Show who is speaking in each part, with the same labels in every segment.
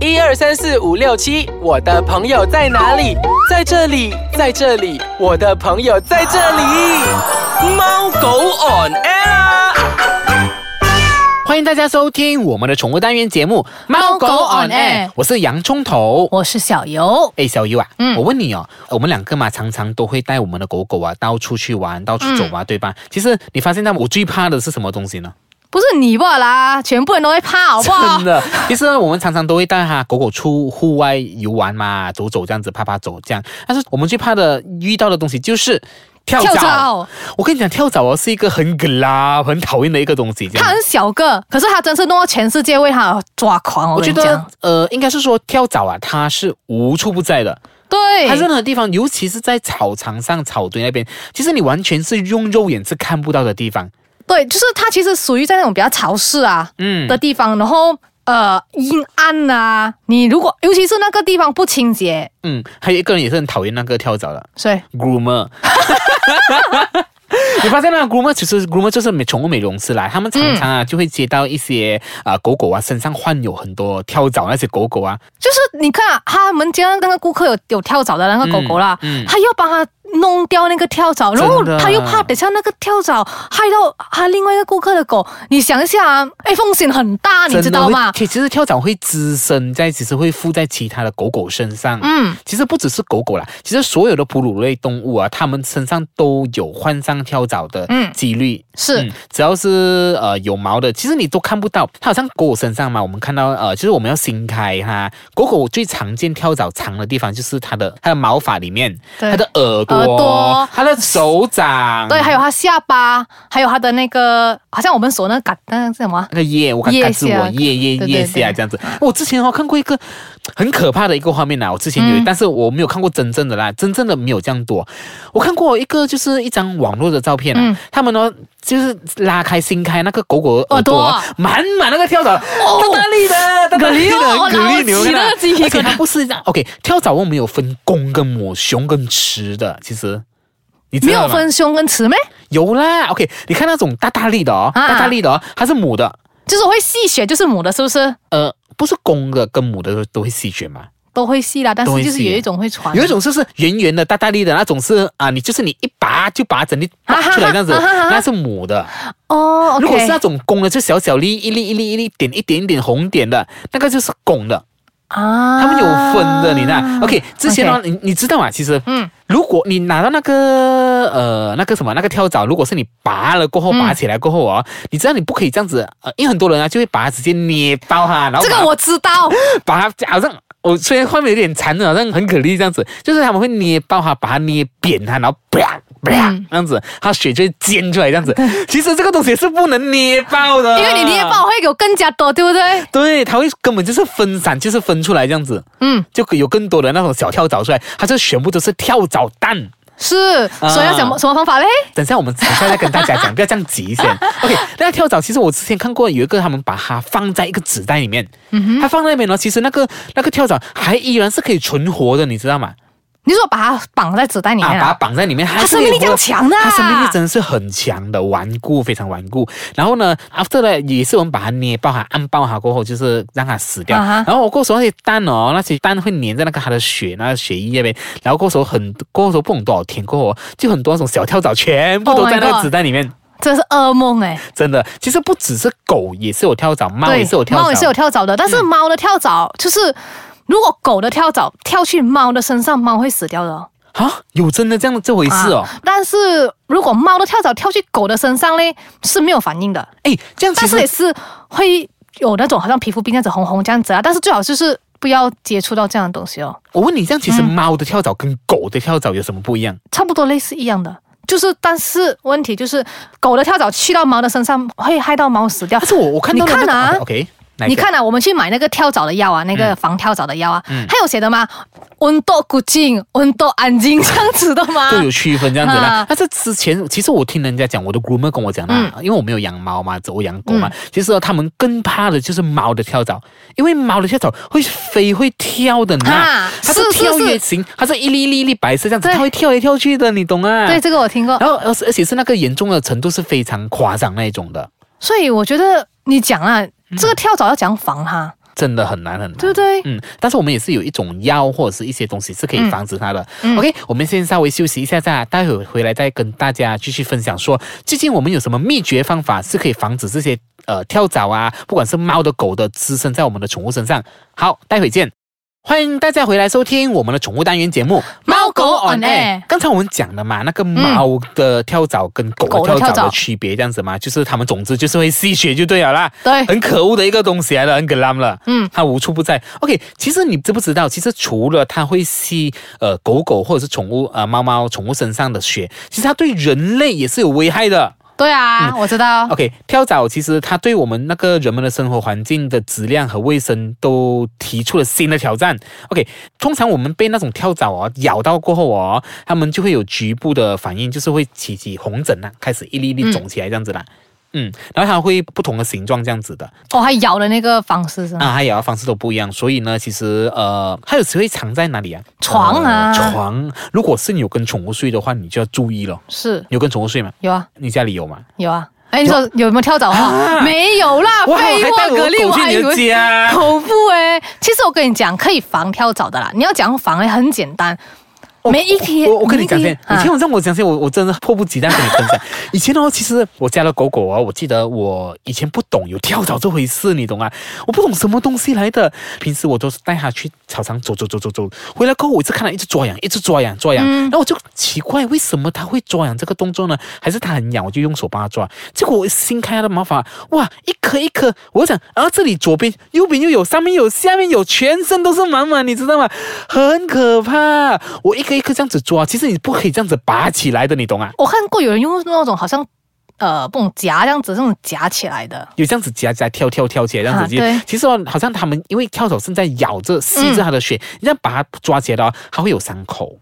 Speaker 1: 一二三四五六七，我的朋友在哪里？在这里，在这里，我的朋友在这里。猫狗 on air 啊。
Speaker 2: 欢迎大家收听我们的宠物单元节目《
Speaker 3: 猫狗 on air
Speaker 2: 我是洋葱头。
Speaker 3: 我是小游，
Speaker 2: 哎，小优啊，
Speaker 3: 嗯
Speaker 2: 我问你哦，我们两个嘛，常常都会带我们的狗狗啊，到处去玩，到处走啊，
Speaker 3: 嗯
Speaker 2: 对吧？其实你发现到我最怕的是什么东西呢？
Speaker 3: 不是你罢啦，全部人都会怕，好不好
Speaker 2: 真？的， 其实呢我们常常都会带它狗狗出户外游玩嘛，走走这样子，爬爬走这样。但是我们最怕的遇到的东西就是跳蚤。
Speaker 3: 跳蚤
Speaker 2: 我跟你讲，跳蚤哦是一个很可啦、很讨厌的一个东西。这
Speaker 3: 他
Speaker 2: 样
Speaker 3: 很小个，可是他真是弄到全世界为他而抓狂。我
Speaker 2: 我
Speaker 3: 跟
Speaker 2: 觉
Speaker 3: 你
Speaker 2: 得
Speaker 3: 讲，
Speaker 2: 呃，应该是说跳蚤啊，它是无处不在的，
Speaker 3: 对，
Speaker 2: 它任何地方，尤其是在草场上、草堆那边，其实你完全是用肉眼是看不到的地方。
Speaker 3: 对，就是它其实属于在那种比较潮湿啊，
Speaker 2: 嗯
Speaker 3: 的地方，然后呃阴暗呐、你如果尤其是那个地方不清洁，
Speaker 2: 嗯，还有一个人也是很讨厌那个跳蚤的，
Speaker 3: 所以
Speaker 2: groomer。你发现那 groomer 其实 groomer 就是美宠物美容师啦，他们常常啊、就会接到一些啊、呃狗狗啊身上患有很多跳蚤那些狗狗啊，
Speaker 3: 就是你看、啊、他们家那个顾客有有跳蚤的那个狗狗啦，
Speaker 2: 嗯嗯
Speaker 3: 他又帮他弄掉那个跳蚤，然后
Speaker 2: 真的
Speaker 3: 他又怕等下那个跳蚤害到他另外一个顾客的狗，你想一下啊，哎，风险很大，你知
Speaker 2: 真的
Speaker 3: 道
Speaker 2: 会
Speaker 3: 吗？
Speaker 2: 其其实跳蚤会滋生在，其实会附在其他的狗狗身上。
Speaker 3: 嗯，
Speaker 2: 其实不只是狗狗啦，其实所有的哺乳类动物啊，它们身上都有患上跳蚤的
Speaker 3: 嗯
Speaker 2: 几率。
Speaker 3: 是。
Speaker 2: 嗯，只要是呃有毛的，其实你都看不到。它好像狗狗身上嘛，我们看到呃，就是我们要新开哈，狗狗最常见跳蚤长的地方就是它的它的毛发里面，
Speaker 3: 对
Speaker 2: 它的耳朵，
Speaker 3: 耳朵
Speaker 2: 它的手掌，
Speaker 3: 对，还有它下巴，还有它的那个，好像我们手那嘎，那个是什么啊？
Speaker 2: 那个叶，我看
Speaker 3: 腋
Speaker 2: 看是
Speaker 3: 下
Speaker 2: 我叶叶
Speaker 3: 对对
Speaker 2: 叶下
Speaker 3: 对
Speaker 2: 这样子。我之前哦看过一个很可怕的一个画面呐、啊我之前有，
Speaker 3: 嗯
Speaker 2: 但是我没有看过真正的啦，真正的没有这样多。我看过一个就是一张网络的照片啊，
Speaker 3: 嗯
Speaker 2: 他们呢就是拉开新开那个狗狗的耳朵啊，
Speaker 3: 耳
Speaker 2: 满满那个跳蚤，大大力的，大大力的，
Speaker 3: 哦
Speaker 2: 很
Speaker 3: 老
Speaker 2: 力牛
Speaker 3: 奇
Speaker 2: 的，
Speaker 3: 了鸡
Speaker 2: 而且它不是这样 OK，跳蚤我们有分公跟母、雄跟雌的，其实。你知
Speaker 3: 没
Speaker 2: 道
Speaker 3: 有
Speaker 2: 吗
Speaker 3: 分胸跟雌咩？
Speaker 2: 有啦，OK，你看那种大大力的哦，
Speaker 3: 啊
Speaker 2: 大大力的哦，它是母的，
Speaker 3: 就是会吸血，就是母的，是不是？
Speaker 2: 呃，不是公的跟母的都都会吸血嘛？
Speaker 3: 都会吸啦，但
Speaker 2: 都会吸
Speaker 3: 是就是有一种会传，
Speaker 2: 有一种就是圆圆的、大大粒的那种是啊，你就是你一拔就拔整粒拔出来这样子，
Speaker 3: 啊哈啊哈啊哈
Speaker 2: 那是母的。
Speaker 3: 哦。
Speaker 2: 如果是那
Speaker 3: OK
Speaker 2: 种公的，就小小粒一粒一粒一粒点一点一点红点的，那个就是公的，
Speaker 3: 啊，
Speaker 2: 他们有分的，你看。OK，之前呢，你你知道吗？其实，
Speaker 3: 嗯，
Speaker 2: 如果你拿到那个呃那个什么那个跳蚤，如果是你拔了过后
Speaker 3: 嗯
Speaker 2: 拔起来过后哦，你知道你不可以这样子，呃，因为很多人啊就会把它直接捏爆哈，然后
Speaker 3: 这
Speaker 2: 把它
Speaker 3: 个我知道，
Speaker 2: 把它好像我虽然画面有点残忍，好像很可怜这样子，就是他们会捏爆它，把它捏扁它，然后啪啪、
Speaker 3: 嗯
Speaker 2: 这样子，它血就会溅出来这样 子。其实这个东西是不能捏爆的，
Speaker 3: 因为你捏爆。会有更加多，对不对？
Speaker 2: 对，它会根本就是分散，就是分出来这样子，
Speaker 3: 嗯，
Speaker 2: 就有更多的那种小跳蚤出来，它就全部都是跳蚤蛋。
Speaker 3: 是，
Speaker 2: 啊
Speaker 3: 所以要怎么什么方法嘞？
Speaker 2: 等一下我们等一下再跟大家讲，不要这样急 先。OK，那个跳蚤其实我之前看过有一个他们把它放在一个纸袋里面，
Speaker 3: 嗯
Speaker 2: 它放在那边哦呢，其实那个那个跳蚤还依然是可以存活的，你知道吗？
Speaker 3: 你说把它绑在纸袋里
Speaker 2: 啊，
Speaker 3: 面
Speaker 2: 把它
Speaker 3: 啊？
Speaker 2: 绑在里面，它
Speaker 3: 它生命力这样强的啊
Speaker 2: 它生命力真的是很强的，顽固，非常顽固。然后呢，after 呢，也是我们把它捏爆它，啊按爆它过后，就是让它死掉。
Speaker 3: 啊哈
Speaker 2: 然后我过时候那些蛋哦，那些蛋会粘在那个它的血那个血液那边，然后过时候很过时候不懂多少天过后哦，就很多那种小跳蚤全部都
Speaker 3: Oh my
Speaker 2: 在那个
Speaker 3: God
Speaker 2: 子弹里面。
Speaker 3: 这是噩梦哎、
Speaker 2: 真的，其实不只是狗，也是有跳蚤，猫也是有跳蚤，嗯
Speaker 3: 猫也是有跳蚤的，但是猫的跳蚤就是，如果狗的跳蚤跳去猫的身上，猫会死掉的。
Speaker 2: 啊，有真的这样这回事哦。
Speaker 3: 啊但是如果猫的跳蚤跳去狗的身上嘞，是没有反应的，
Speaker 2: 哎、这样其
Speaker 3: 但
Speaker 2: 实
Speaker 3: 是也是会有那种好像皮肤病这样子红红这样子啊。但是最好就是不要接触到这样的东西哦，
Speaker 2: 我问你，这样其实猫的跳蚤跟狗的跳蚤有什么不一样？
Speaker 3: 差不多类似一样的。就是，但是问题就是，狗的跳蚤去到猫的身上，会害到猫死掉
Speaker 2: 但。是我我看到
Speaker 3: 你
Speaker 2: 了
Speaker 3: 看
Speaker 2: 那个
Speaker 3: 啊
Speaker 2: OK，哪一
Speaker 3: 你
Speaker 2: 个
Speaker 3: 看啊，我们去买那个跳蚤的药啊，那
Speaker 2: 嗯
Speaker 3: 个防跳蚤的药啊，它有写的吗？温度固净，温度安静这样子的吗
Speaker 2: 都？有区分这样子啦
Speaker 3: 啊。
Speaker 2: 但是之前其实我听人家讲，我的 groomer 跟我讲啦，
Speaker 3: 嗯
Speaker 2: 因为我没有养猫嘛，只我养狗嘛。其实哦他们更怕的就是猫的跳蚤，因为猫的跳蚤会飞会跳的呢
Speaker 3: 啊，
Speaker 2: 它是
Speaker 3: 是是
Speaker 2: 跳跃型，它是一粒一粒一粒白色这样子，
Speaker 3: 对
Speaker 2: 它会跳来跳去的，你懂啊？
Speaker 3: 对，。这个我听过。
Speaker 2: 然后，而而且是那个严重的程度是非常夸张那一种的。
Speaker 3: 所以我觉得你讲啊，这个跳蚤要讲防它，
Speaker 2: 真的很难很难，
Speaker 3: 对不对
Speaker 2: 嗯，但是我们也是有一种药或者是一些东西是可以防止它的。OK，我
Speaker 3: 嗯
Speaker 2: 们先稍微休息一下下，待会回来再跟大家继续分享说，究竟我们有什么秘诀方法是可以防止这些呃跳蚤啊，不管是猫的、狗的滋生在我们的宠物身上。好，待会见。欢迎大家回来收听我们的宠物单元节目《
Speaker 3: 猫狗 on air
Speaker 2: 刚才我们讲了嘛，那个猫的跳蚤跟狗
Speaker 3: 狗
Speaker 2: 的跳
Speaker 3: 的跳
Speaker 2: 蚤的
Speaker 3: 蚤
Speaker 2: 区别，这样子嘛，就是它们总之就是会吸血就对了啦。
Speaker 3: 对
Speaker 2: 很可恶的一个东西来了，很可烂了。
Speaker 3: 嗯
Speaker 2: 它无处不在。OK，其实你知不知道，其实除了它会吸呃狗狗或者是宠物呃猫猫宠物身上的血，其实它对人类也是有危害的。
Speaker 3: 对啊，
Speaker 2: 嗯
Speaker 3: 我知道。
Speaker 2: OK，跳蚤其实它对我们那个人们的生活环境的质量和卫生都提出了新的挑战。OK，通常我们被那种跳蚤哦咬到过后哦，它们就会有局部的反应，就是会起起红疹啊，开始一粒一粒肿起来这样子啦。嗯，然后它会不同的形状这样子的，
Speaker 3: 哦，它咬的那个方式是吗？
Speaker 2: 啊，它咬的方式都不一样，所以呢，其实呃，它有时会藏在哪里啊？
Speaker 3: 床啊
Speaker 2: 呃床。如果是你有跟宠物睡的话，你就要注意了。
Speaker 3: 是
Speaker 2: 你有跟宠物睡吗？
Speaker 3: 有啊，
Speaker 2: 你家里有吗？
Speaker 3: 有啊。哎，你说有没有跳蚤
Speaker 2: 啊
Speaker 3: 啊？没有啦，
Speaker 2: 哇，我
Speaker 3: 废
Speaker 2: 还
Speaker 3: 话，
Speaker 2: 带我
Speaker 3: 蛤蜊，
Speaker 2: 狗
Speaker 3: 我
Speaker 2: 去
Speaker 3: 还以
Speaker 2: 你的
Speaker 3: 为
Speaker 2: 家。
Speaker 3: 恐怖哎、其实我跟你讲，可以防跳蚤的啦。你要讲防哎，很简单，每一天
Speaker 2: 哦我我跟你讲
Speaker 3: 每
Speaker 2: 先
Speaker 3: 一，
Speaker 2: 你
Speaker 3: 啊
Speaker 2: 听我让我讲先，我我真的迫不及待跟你分享。 以前哦，其实我家的狗狗哦，我记得我以前不懂有跳蚤这回事，你懂啊？我不懂什么东西来的。平时我都是带它去草场走走走走走，回来过后我一直看它一直抓痒，一直抓痒抓痒，
Speaker 3: 嗯
Speaker 2: 然后我就奇怪为什么它会抓痒这个动作呢？还是它很痒，我就用手帮它抓。结果我新开它的毛发，哇，一颗一颗，我就想啊，这里左边、右边又有，上面有，下面有，全身都是满满，你知道吗？很可怕。我一颗一颗这样子抓，其实你不可以这样子拔起来的，你懂啊？
Speaker 3: 我看过有人用那种好像呃，不种夹这样子，这种夹起来的，
Speaker 2: 有这样子夹夹跳跳跳起来这样子，
Speaker 3: 啊
Speaker 2: 其实
Speaker 3: 对嗯
Speaker 2: 其实哦，好像他们因为跳蚤正在咬着吸着它的血，你这样把它抓起来的话，它会有伤口。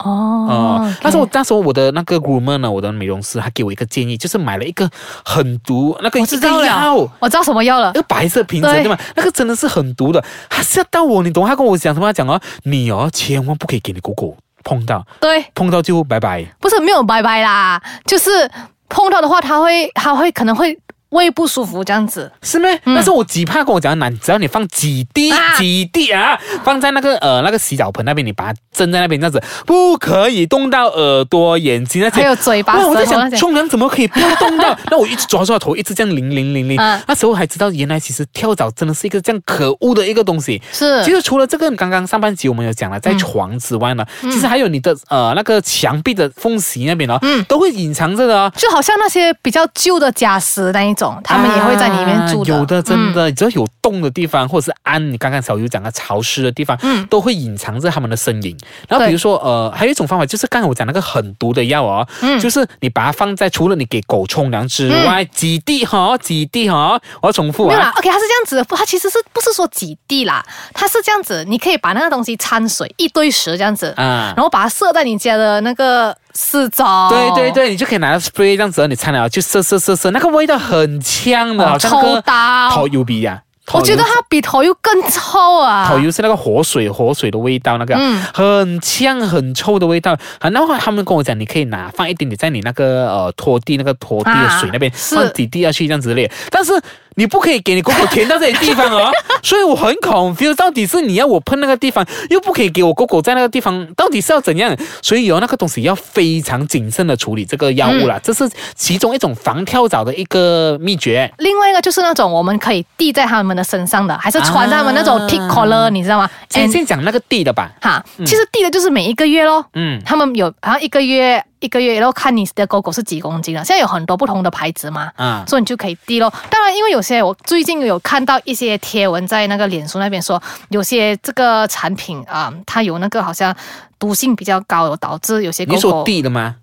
Speaker 3: 哦
Speaker 2: 哦，
Speaker 3: OK，
Speaker 2: 但是我那时候我的那个 groomer 呢，我的美容师他给我一个建议，就是买了一个很毒那个
Speaker 3: 我知道
Speaker 2: 一个药
Speaker 3: 了，我知道什么药了
Speaker 2: 那。个白色瓶子
Speaker 3: 对
Speaker 2: 对吗？那个真的是很毒的，他吓到我，你懂？他跟我讲什么？他讲哦，你哦，千万不可以给你狗狗碰到，
Speaker 3: 对，
Speaker 2: 碰到就拜拜。
Speaker 3: 不是没有拜拜啦，就是碰到的话，它会它会可能会胃不舒服这样子。
Speaker 2: 是咩？
Speaker 3: 嗯
Speaker 2: 但是我几怕跟我讲，那只要你放几滴、
Speaker 3: 啊
Speaker 2: 几滴啊，放在那个呃那个洗澡盆那边，你把它蒸在那边这样子，不可以动到耳朵、眼睛那些。
Speaker 3: 还有嘴巴
Speaker 2: 哇啊我在
Speaker 3: 舌头
Speaker 2: 想
Speaker 3: 那些
Speaker 2: 冲凉怎么可以不要动 到？那我一直抓住它头，一直这样淋淋淋淋。
Speaker 3: 嗯
Speaker 2: 那时候还知道，原来其实跳蚤真的是一个这样可恶的一个东西。
Speaker 3: 是
Speaker 2: 其实除了这个，刚刚上半集我们有讲了，在床之外呢，其实还有你的呃那个墙壁的缝隙那边呢，都会隐藏着的哦。
Speaker 3: 就好像那些比较旧的家私那一种，他们也会在里面住的。
Speaker 2: 啊有的真
Speaker 3: 嗯
Speaker 2: 的，只要有洞的地方，或者是安，你刚刚小鱼讲的潮湿的地方，
Speaker 3: 嗯
Speaker 2: 都会隐藏着它们的身影。然后
Speaker 3: 对
Speaker 2: 比如说，呃，还有一种方法就是刚才我讲那个很毒的药哦，
Speaker 3: 嗯
Speaker 2: 就是你把它放在除了你给狗冲凉之外，几滴哈、几滴哈、我要重复
Speaker 3: 没有
Speaker 2: 啊
Speaker 3: 啦。，OK，它是这样子，不，它其实是不是说几滴啦？它是这样子，你可以把那个东西掺水一堆石这样子，
Speaker 2: 啊
Speaker 3: 然，后把它射在你家的那个四周。
Speaker 2: 对对。对，你就可以拿到 spray 这样子，你擦了就射射射射，那个味道很呛的，
Speaker 3: 哦
Speaker 2: 好像那
Speaker 3: 抽
Speaker 2: 个
Speaker 3: 刀
Speaker 2: 头油鼻呀、啊。
Speaker 3: 我觉得
Speaker 2: 头油
Speaker 3: 它比头油更臭啊！
Speaker 2: 烤油是那个活水，活水的味道，那个、
Speaker 3: 嗯
Speaker 2: 很呛、很臭的味道。啊，然后他们跟我讲，你可以拿放一点点在你那个呃拖地那个拖地的水那边、
Speaker 3: 啊是
Speaker 2: 放几滴下去这样子类，但是你不可以给你狗狗舔到这些地方 哦。所以我很 confused，到底是你要我喷那个地方，又不可以给我狗狗在那个地方，到底是要怎样？所以有、那个东西要非常谨慎的处理这个药物啦，
Speaker 3: 嗯
Speaker 2: 这是其中一种防跳蚤的一个秘诀。
Speaker 3: 另外一个就是那种我们可以滴在他们的身上的，还是穿在他们那种
Speaker 2: 啊
Speaker 3: t i c k collar，、你知道吗
Speaker 2: 先
Speaker 3: ？and
Speaker 2: 先讲那个地的吧，
Speaker 3: 哈，其实滴的就是每一个月咯。
Speaker 2: 嗯。
Speaker 3: 他们有好像一个月一个月，然后看你的狗狗是几公斤了。啊现在有很多不同的牌子嘛，
Speaker 2: 啊
Speaker 3: 所以你就可以滴咯。当然，因为有些我最近有看到一些贴文在那个脸书那边说，有些这个产品啊、它有那个好像毒性比较高，有导致有些狗
Speaker 2: 你
Speaker 3: 狗
Speaker 2: 是说地的吗？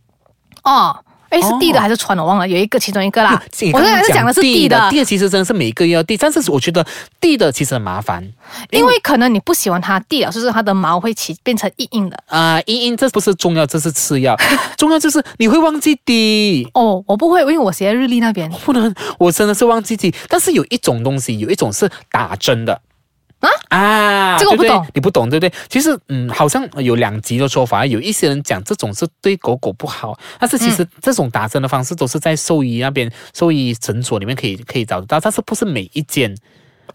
Speaker 3: 哦。哎，是滴的
Speaker 2: 哦
Speaker 3: 还是穿的？我忘了，有一个其中一个啦。
Speaker 2: 你
Speaker 3: 我
Speaker 2: 刚
Speaker 3: 刚
Speaker 2: 刚
Speaker 3: 才是讲的是
Speaker 2: 地
Speaker 3: 滴的，
Speaker 2: 地的其实真的是每一个月要地，但是我觉得地的其实很麻烦
Speaker 3: 因为可能你不喜欢它地了，就是它的毛会起变成硬硬的。
Speaker 2: 啊。因、因这不是重要，这是次 要，重要就是你会忘记地。
Speaker 3: 哦，我不会，因为我写在日历那边
Speaker 2: 不能，我真的是忘记地。但是有一种东西，有一种是打针的。
Speaker 3: 啊
Speaker 2: 啊，
Speaker 3: 这个我不
Speaker 2: 对对
Speaker 3: 懂
Speaker 2: 你不懂对不对？其实，嗯，好像有两极的说法，有一些人讲这种是对狗狗不好，但是其
Speaker 3: 嗯
Speaker 2: 实这种打针的方式都是在兽医那边、兽医诊所里面可以可以找得到，但是不是每一间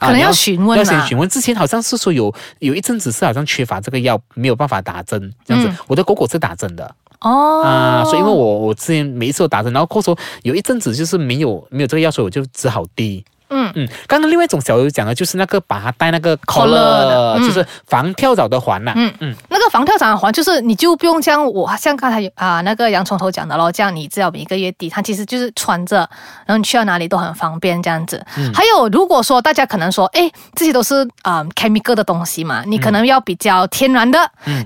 Speaker 3: 可能
Speaker 2: 啊你
Speaker 3: 要询问
Speaker 2: 要
Speaker 3: 啦
Speaker 2: 先询问。之前好像是说有有一阵子是好像缺乏这个药，没有办法打针这样子。
Speaker 3: 嗯
Speaker 2: 我的狗狗是打针的
Speaker 3: 哦
Speaker 2: 啊，所以因为我我之前每一次都打针，然后过后有一阵子就是没有没有这个药，所以我就只好滴。
Speaker 3: 嗯
Speaker 2: 嗯，刚刚另外一种小友讲的就是那个把它戴那个
Speaker 3: Collar 的
Speaker 2: collar，
Speaker 3: 嗯
Speaker 2: 就是防跳蚤的环呐、
Speaker 3: 嗯
Speaker 2: 嗯
Speaker 3: 嗯，那个防跳蚤的环就是你就不用像我像刚才有啊、那个洋葱头讲的咯，这样你只要每个月底，它其实就是穿着，然后你去到哪里都很方便这样子。还有如果说大家可能说，哎，这些都是啊、呃 chemical 的东西嘛，你可能要比较天然的，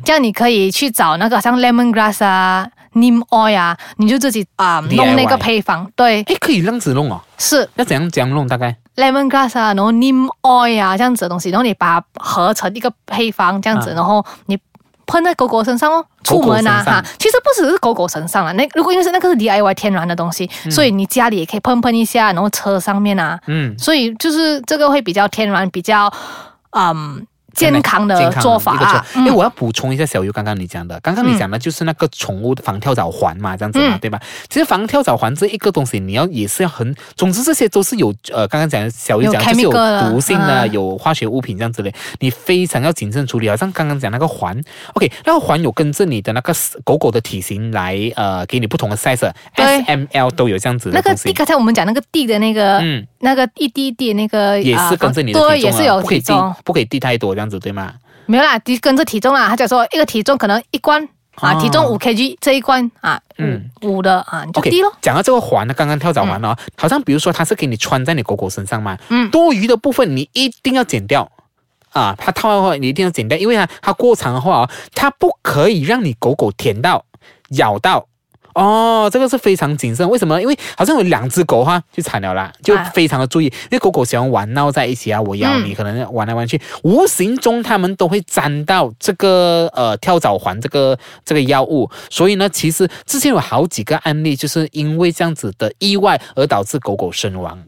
Speaker 3: 这样你可以去找那个像 lemon grass 啊。neem oil 啊，你就自己啊、弄那个
Speaker 2: DIY
Speaker 3: 配方，对，
Speaker 2: 诶，可以这样子弄哦，
Speaker 3: 是
Speaker 2: 要怎样怎样弄大概？
Speaker 3: lemon grass 啊，然后 neem oil 啊这样子的东西，然后你把它合成一个配方这样子，
Speaker 2: 啊
Speaker 3: 然后你喷在狗狗身上哦，出门
Speaker 2: 狗
Speaker 3: 啊
Speaker 2: 狗身上
Speaker 3: 哈，其实不只是狗狗身上啊，那如果因为是那个是 DIY 天然的东西，所以你家里也可以喷喷一下，然后车上面啊，
Speaker 2: 嗯，
Speaker 3: 所以就是这个会比较天然，比较嗯健康
Speaker 2: 健
Speaker 3: 的
Speaker 2: 康
Speaker 3: 做法
Speaker 2: 一个做
Speaker 3: 啊，
Speaker 2: 因为我要补充一下小优刚刚你讲的，刚刚你讲的就是那个宠物的防跳蚤环嘛，这样子嘛，
Speaker 3: 嗯
Speaker 2: 对吧？其实防跳蚤环这一个东西，你要也是要很，总之这些都是有呃，刚刚讲的小优
Speaker 3: 有
Speaker 2: 讲的就是有
Speaker 3: chemical 的
Speaker 2: 毒性的、
Speaker 3: 啊
Speaker 2: 有化学物品这样子的，你非常要谨慎处理。好像刚刚讲那个环，OK，那个环有跟着你的那个狗狗的体型来呃，给你不同的 size、
Speaker 3: 对
Speaker 2: S、M、L 都有这样子
Speaker 3: 那
Speaker 2: 的
Speaker 3: 个
Speaker 2: 东
Speaker 3: 地
Speaker 2: 西。
Speaker 3: 刚才我们讲那个地的那个、
Speaker 2: 嗯，
Speaker 3: 那个一滴一滴那个
Speaker 2: 也
Speaker 3: 啊
Speaker 2: 是跟着你的
Speaker 3: 对，
Speaker 2: 体
Speaker 3: 也
Speaker 2: 重
Speaker 3: 是
Speaker 2: 啊，
Speaker 3: 有
Speaker 2: 不可以
Speaker 3: 体
Speaker 2: 低
Speaker 3: 重。，
Speaker 2: 不可以低太多，这样子对吗？
Speaker 3: 没有啦，提跟着体重啦。他讲说一个体重可能一罐啊，
Speaker 2: 哦
Speaker 3: 体重五 kg 这一罐啊，
Speaker 2: 嗯
Speaker 3: 五五的啊，你就
Speaker 2: OK，
Speaker 3: 低咯。
Speaker 2: 讲到这个环呢，刚刚跳蚤环哦，好像比如说它是给你穿在你狗狗身上嘛，
Speaker 3: 嗯
Speaker 2: 多余的部分你一定要剪掉。啊，它套的话你一定要剪掉，因为它它过长的话哦，它不可以让你狗狗舔到、咬到。哦，这个是非常谨慎，为什么？因为好像有两只狗哈，就惨了啦，就
Speaker 3: 啊
Speaker 2: 非常的注意，因为狗狗喜欢玩闹在一起啊，我咬你，
Speaker 3: 嗯
Speaker 2: 可能玩来玩去，无形中它们都会沾到这个呃跳蚤环这个这个药物，所以呢，其实之前有好几个案例，就是因为这样子的意外而导致狗狗身亡。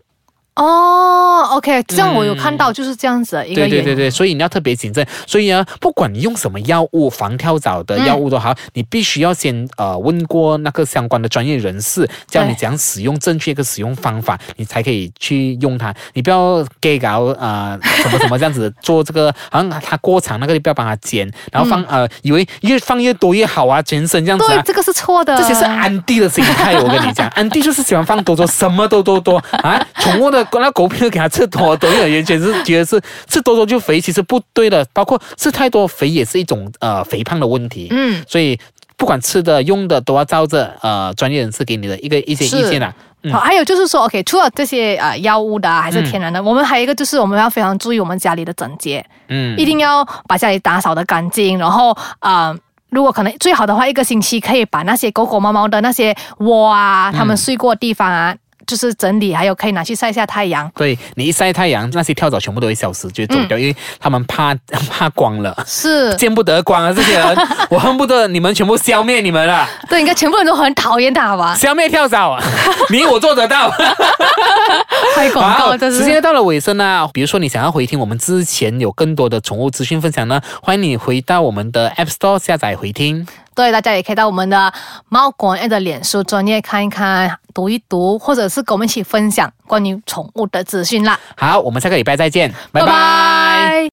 Speaker 3: 哦，OK，这样我有
Speaker 2: 嗯
Speaker 3: 看到就是这样子的一个
Speaker 2: 对对
Speaker 3: 原
Speaker 2: 对
Speaker 3: 因。
Speaker 2: 对，所以你要特别谨慎。所以呢，啊不管你用什么药物，防跳蚤
Speaker 3: 嗯
Speaker 2: 的药物都好，你必须要先呃问过那个相关的专业人士，教你
Speaker 3: 对
Speaker 2: 怎样使用正确一个使用方法，你才可以去用它。你不要给搞啊什么什么这样子做这个，好像它过长那个就不要帮它剪，然后放、
Speaker 3: 嗯
Speaker 2: 呃以为越放越多越好啊，全身这样子啊
Speaker 3: 对，。这个是错的。
Speaker 2: 这些是啊安迪的心态，我跟你 讲，安迪就是喜欢放多多，什么都多多啊。宠物的那狗屁都给它吃多多，因为原先是觉得是吃多多就肥，其实不对的。包括吃太多肥也是一种呃肥胖的问题，
Speaker 3: 嗯，
Speaker 2: 所以不管吃的用的都要照着呃专业人士给你的一个一些意见啦。嗯
Speaker 3: 好，还有就是说，OK，除了这些啊、呃药物的、啊、还是天然的，我们还有一个就是我们要非常注意我们家里的整洁，
Speaker 2: 嗯
Speaker 3: 一定要把家里打扫的干净，然后啊。呃如果可能，最好的话，一个星期可以把那些狗狗、猫猫的那些窝啊，它们睡过的地方啊，就是整理，还有可以拿去晒一下太阳。
Speaker 2: 对你一晒太阳，那些跳蚤全部都会消失，就会走
Speaker 3: 嗯
Speaker 2: 掉，因为他们怕 怕光了，
Speaker 3: 是，
Speaker 2: 见不得光啊！这些人， 我恨不得你们全部消灭你们了。
Speaker 3: 对，应该全部人都很讨厌 他吧？
Speaker 2: 消灭跳蚤， 啊，你我做得到。啊
Speaker 3: 拍广告
Speaker 2: 好，
Speaker 3: 这
Speaker 2: 时
Speaker 3: 是
Speaker 2: 间到了尾声啦。比如说你想要回听我们之前有更多的宠物资讯分享呢，欢迎你回到我们的 App Store 下载回听。
Speaker 3: 对，大家也可以到我们的猫狗 a 的脸书专业看一看、读一读，或者是跟我们一起分享关于宠物的资讯啦。
Speaker 2: 好，我们下个礼拜再见，拜拜。